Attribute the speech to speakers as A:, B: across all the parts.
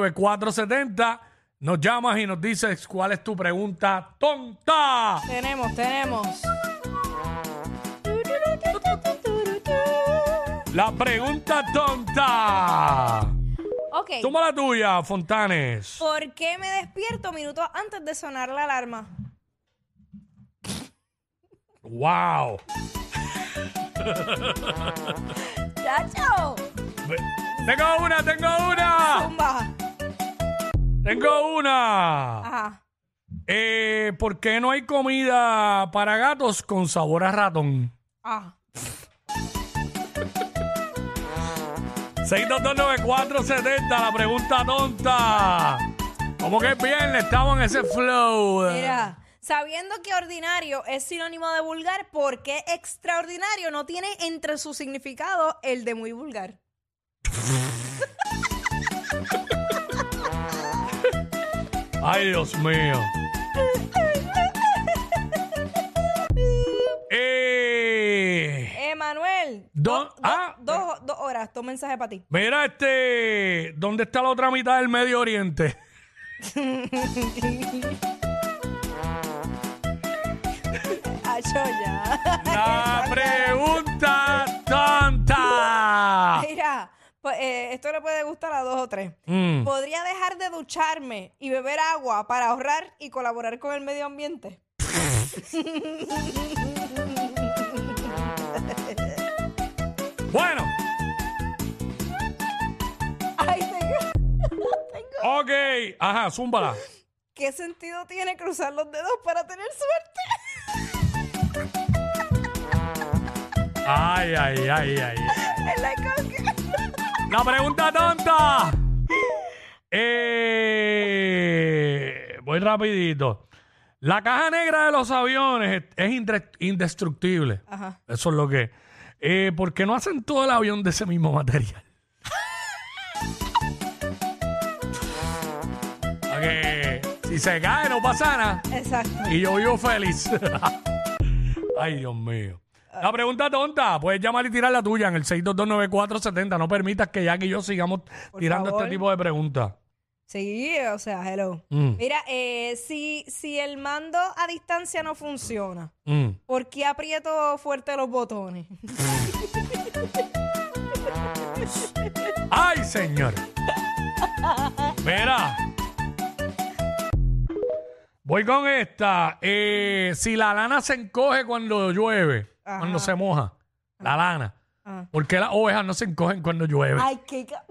A: 6229470. Nos llamas y nos dices cuál es tu pregunta tonta.
B: Tenemos, tenemos.
A: La pregunta tonta.
B: Ok.
A: Toma la tuya, Fontanes.
B: ¿Por qué me despierto minutos antes de sonar la alarma?
A: Wow.
B: ¡Chacho!
A: Tengo una, tengo
B: Ah.
A: una.
B: Zumba.
A: Tengo una.
B: Ajá.
A: Eh, ¿Por qué no hay comida para gatos con sabor a ratón? Ah.
B: Ajá.
A: 6229470, la pregunta tonta. ¿Cómo que es viernes? Estamos en ese flow.
B: Mira. Sabiendo que ordinario es sinónimo de vulgar, ¿por qué extraordinario no tiene entre su significado el de muy vulgar?
A: Ay, Dios mío. Eh,
B: Emanuel.
A: Don-
B: do- do-
A: ah.
B: dos, dos horas. Dos mensajes para ti.
A: mira, este. ¿Dónde está la otra mitad del Medio Oriente?
B: Acho Ah, ya.
A: La pregunta tonta.
B: Mira, pues, eh, esto le puede gustar a dos o tres.
A: Mm.
B: ¿Podría dejar de ducharme y beber agua para ahorrar y colaborar con el medio ambiente?
A: Bueno,
B: Ay, tengo- tengo-
A: ok. Ajá, zúmbala.
B: ¿Qué sentido tiene cruzar los dedos para tener suerte?
A: Ay, ay, ay, ay.
B: Es la cosa que-
A: La pregunta tonta. Eh, voy rapidito. La caja negra de los aviones es- es indre- indestructible.
B: Ajá.
A: Eso es lo que. es. Eh, ¿Por qué no hacen todo el avión de ese mismo material? Para que si se cae no pasa nada.
B: Exacto.
A: Y yo vivo feliz. Ay, Dios mío. La pregunta tonta, puedes llamar y tirar la tuya en el 6229470. No permitas que Jack y yo sigamos
B: Por
A: tirando
B: favor.
A: este tipo de preguntas.
B: Sí, o sea, hello.
A: Mm,
B: Mira, eh, si, si el mando a distancia no funciona,
A: mm.
B: ¿por qué aprieto fuerte los botones?
A: ¡Ay, señor! Espera. Voy con esta. Eh, si la lana se encoge cuando llueve,
B: Ajá.
A: cuando se moja, la lana,
B: Ajá.
A: ¿por qué las ovejas no se encogen cuando llueve?
B: Ah. Ay, qué... ca-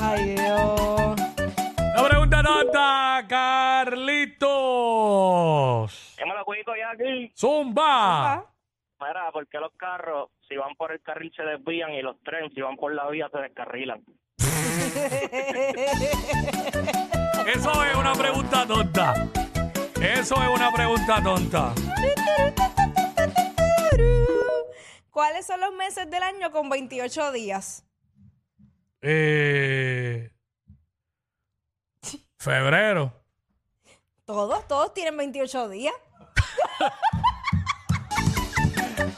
B: Ay, Dios.
A: La pregunta tonta, Carlitos.
C: Dímelo, Cuico, ya aquí.
A: Zumba.
B: Ah,
C: Mira, ¿por qué los carros, si van por el carril, se desvían y los trenes, si van por la vía, se descarrilan?
A: Eso es una pregunta tonta. Eso es una pregunta tonta.
B: ¿Cuáles son los meses del año con 28 días?
A: Eh, febrero.
B: Todos, todos tienen 28 días.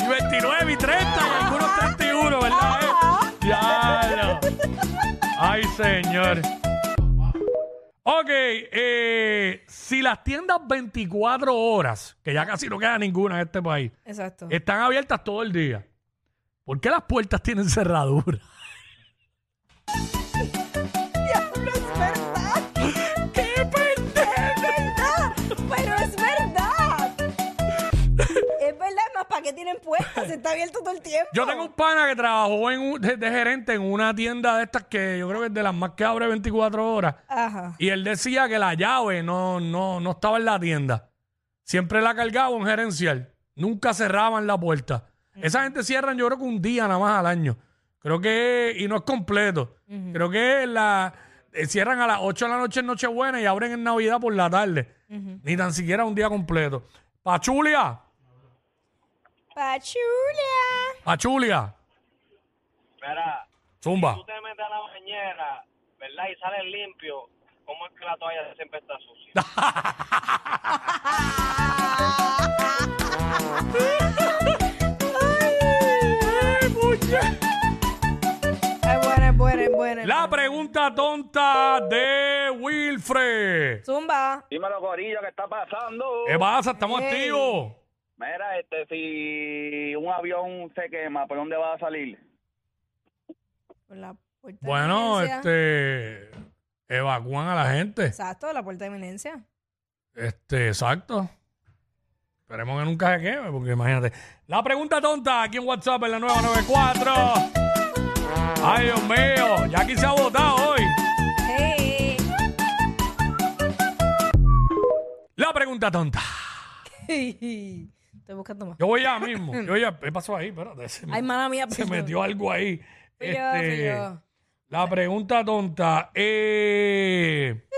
A: Y 29 y 30, y algunos 31, ¿verdad?
B: Ajá.
A: eh? Ya, no. Ay, señor. Ok, eh, si las tiendas 24 horas, que ya casi no queda ninguna en este país,
B: Exacto.
A: están abiertas todo el día, ¿por qué las puertas tienen cerradura?
B: Diablo, es verdad. ¡Qué pendejo! Es verdad, pero es verdad. Es verdad, más para qué tienen puertas, se está abierto todo el tiempo.
A: Yo tengo un pana que trabajó en un- de, de gerente en una tienda de estas que yo creo que es de las más que abre 24 horas.
B: Ajá.
A: Y él decía que la llave no, no, no estaba en la tienda. Siempre la cargaba un gerencial. Nunca cerraban la puerta. Esa gente cierran yo creo que un día nada más al año. Creo que, y no es completo. Creo que la, eh, cierran a las 8 de la noche en Nochebuena y abren en Navidad por la tarde. Ni tan siquiera un día completo. Pachulia,
B: Pachulia.
A: Pachulia,
C: Mira,
A: Zumba.
C: te metes a la bañera, ¿verdad? Y sales limpio, ¿cómo es que la toalla siempre está sucia?
B: Ay.
A: La pregunta tonta de Wilfred.
B: Zumba.
C: Dímelo, Corillo, ¿qué está pasando?
A: ¿Qué pasa? Estamos
B: Ey.
A: activos.
C: Mira, este, si un avión se quema, ¿por dónde va a salir?
B: Por la puerta de
A: Bueno,
B: emergencia.
A: este. Evacúan a la gente.
B: Exacto, la puerta de eminencia.
A: Este, exacto. Esperemos que nunca se queme, porque imagínate. La pregunta tonta aquí en WhatsApp en la 994. Ay, Dios mío, ya aquí se ha votado hoy.
B: Hey.
A: La pregunta tonta.
B: Estoy buscando más.
A: Yo voy ya mismo. Yo voy ya. ¿Qué pasó ahí? Espérate. Se, me-
B: Ay, mala mía.
A: se
B: fui yo.
A: metió algo ahí.
B: Fui yo, fui
A: Este,
B: yo.
A: La pregunta tonta. eh,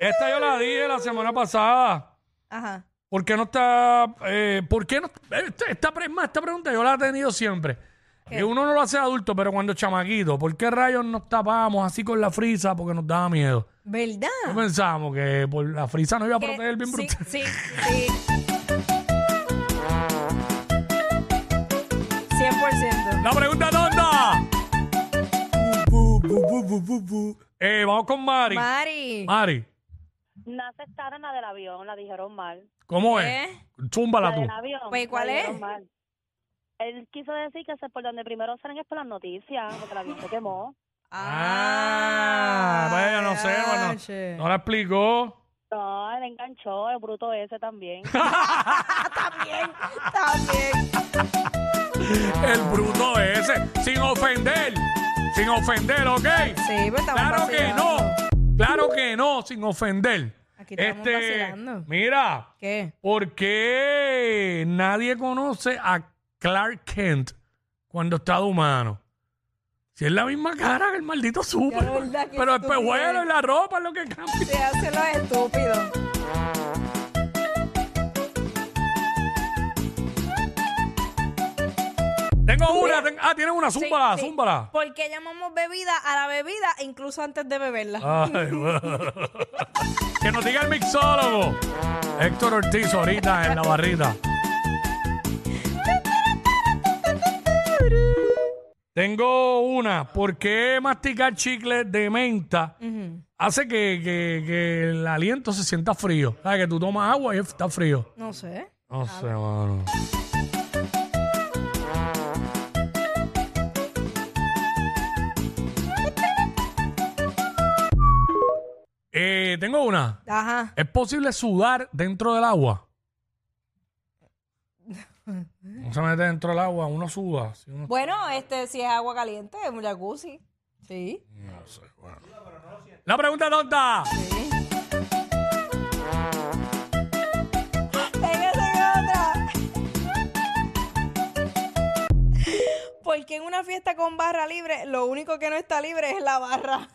A: esta yo la dije la semana pasada.
B: Ajá.
A: ¿Por qué no está.? eh, ¿Por qué no.? Esta, esta pre- es más, esta pregunta yo la he tenido siempre.
B: ¿Qué?
A: Que uno no lo hace adulto, pero cuando chamaquito, ¿por qué rayos nos tapábamos así con la frisa? Porque nos daba miedo. No
B: ¿Verdad?
A: pensábamos que por la frisa nos iba a
B: Que-
A: proteger bien
B: sí,
A: brutal.
B: sí, sí. 100%.
A: ¡La pregunta tonta! Bu, bu, bu, bu, bu, bu. Eh, vamos con Mari.
B: Mari.
A: Mari,
D: No aceptaron la del avión, la dijeron mal.
A: ¿cómo
B: ¿Qué?
A: es? Chúmbala
D: la
A: tú.
D: del avión.
B: Pues,
D: la
B: ¿cuál
D: dijeron
B: es?
D: mal. Él quiso decir que se- por donde primero salen es por las noticias, porque el avión se quemó.
A: Ah, vaya, no sé, bueno,
B: che.
A: no la explicó.
D: No, él enganchó, el bruto ese también.
B: También, también.
A: El bruto ese, sin ofender, sin ofender, ¿ok?
B: Sí, pero estamos
A: Claro que no,
B: vacilando.
A: claro que no, sin ofender. Este,
B: Aquí estamos vacilando.
A: Mira,
B: ¿Qué?
A: ¿por qué nadie conoce a Clark Kent cuando está de humano? Si es la misma cara que el maldito super.
B: verdad, qué
A: Pero el
B: estupidez.
A: pejuelo y la ropa es lo que cambia.
B: Se hace lo estúpido.
A: Tengo una, ten- ah, tienes una, zúmbala,
B: sí.
A: zúmbala.
B: ¿Por qué llamamos bebida a la bebida incluso antes de beberla?
A: Ay, bueno. que nos diga el mixólogo. Héctor Ortiz ahorita en la barrita. Tengo una. ¿Por qué masticar chicle de menta
B: Ujú.
A: hace que, que- que el aliento se sienta frío? ¿Sabes? Que tú tomas agua y está frío.
B: No sé.
A: No sé, mano. Eh, tengo una.
B: Ajá.
A: ¿Es posible sudar dentro del agua? Uno se mete dentro del agua, uno suda. si uno-
B: Bueno, este, si es agua caliente, es un jacuzzi. Sí.
A: No sé, bueno. La pregunta tonta.
B: Sí. Venga, saca otra. ¿Por qué en una fiesta con barra libre, lo único que no está libre es la barra?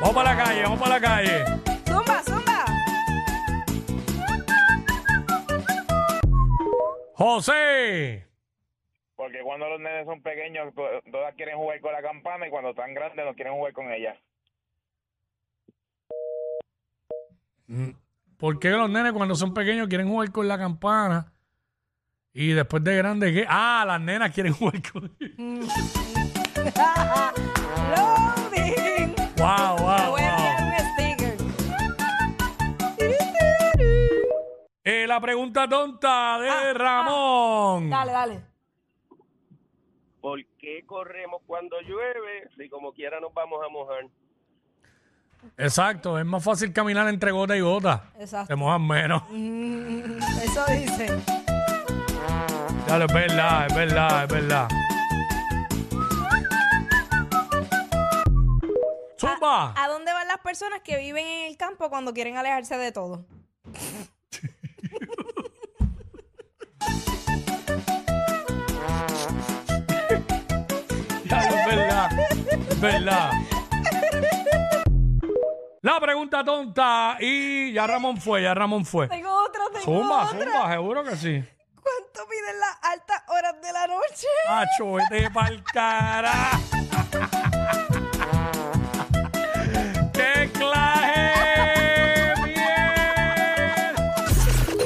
A: Vamos para la calle, vamos para la calle.
B: ¡Zumba, zumba!
A: José.
E: Porque cuando los nenes son pequeños, to- todas quieren jugar con la campana y cuando están grandes no quieren jugar con ella.
A: ¿Por qué los nenes cuando son pequeños quieren jugar con la campana? Y después de grande, ¿qué? Ah, las nenas quieren jugar con...
B: ¡Loading!
A: wow, wow,
B: Voy a
A: wow.
B: enviar un sticker.
A: Eh, la pregunta tonta de Ramón.
B: Ah, Dale, dale.
F: ¿Por qué corremos cuando llueve si como quiera nos vamos a mojar?
A: Exacto, es más fácil caminar entre gota y gota.
B: Exacto.
A: Te mojan menos.
B: Mm, Eso dice.
A: Claro, es verdad, es verdad, es verdad.
B: Ah.
A: ¡Zumba!
B: ¿A dónde van las personas que viven en el campo cuando quieren alejarse de todo?
A: Claro, es verdad, es verdad. La pregunta tonta y ya Ramón fue, ya Ramón fue.
B: Tengo otra, tengo
A: Zumba,
B: otra.
A: zumba, seguro que sí.
B: ¿Cuánto miden las altas horas de la noche?
A: Acho, vete pa'l cara. ¡Qué claje! ¡Bien!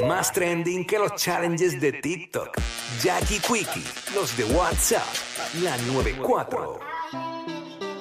G: Más trending que los challenges de TikTok. Jackie Quickie, los de WhatsApp.
H: La 94.
G: Ay,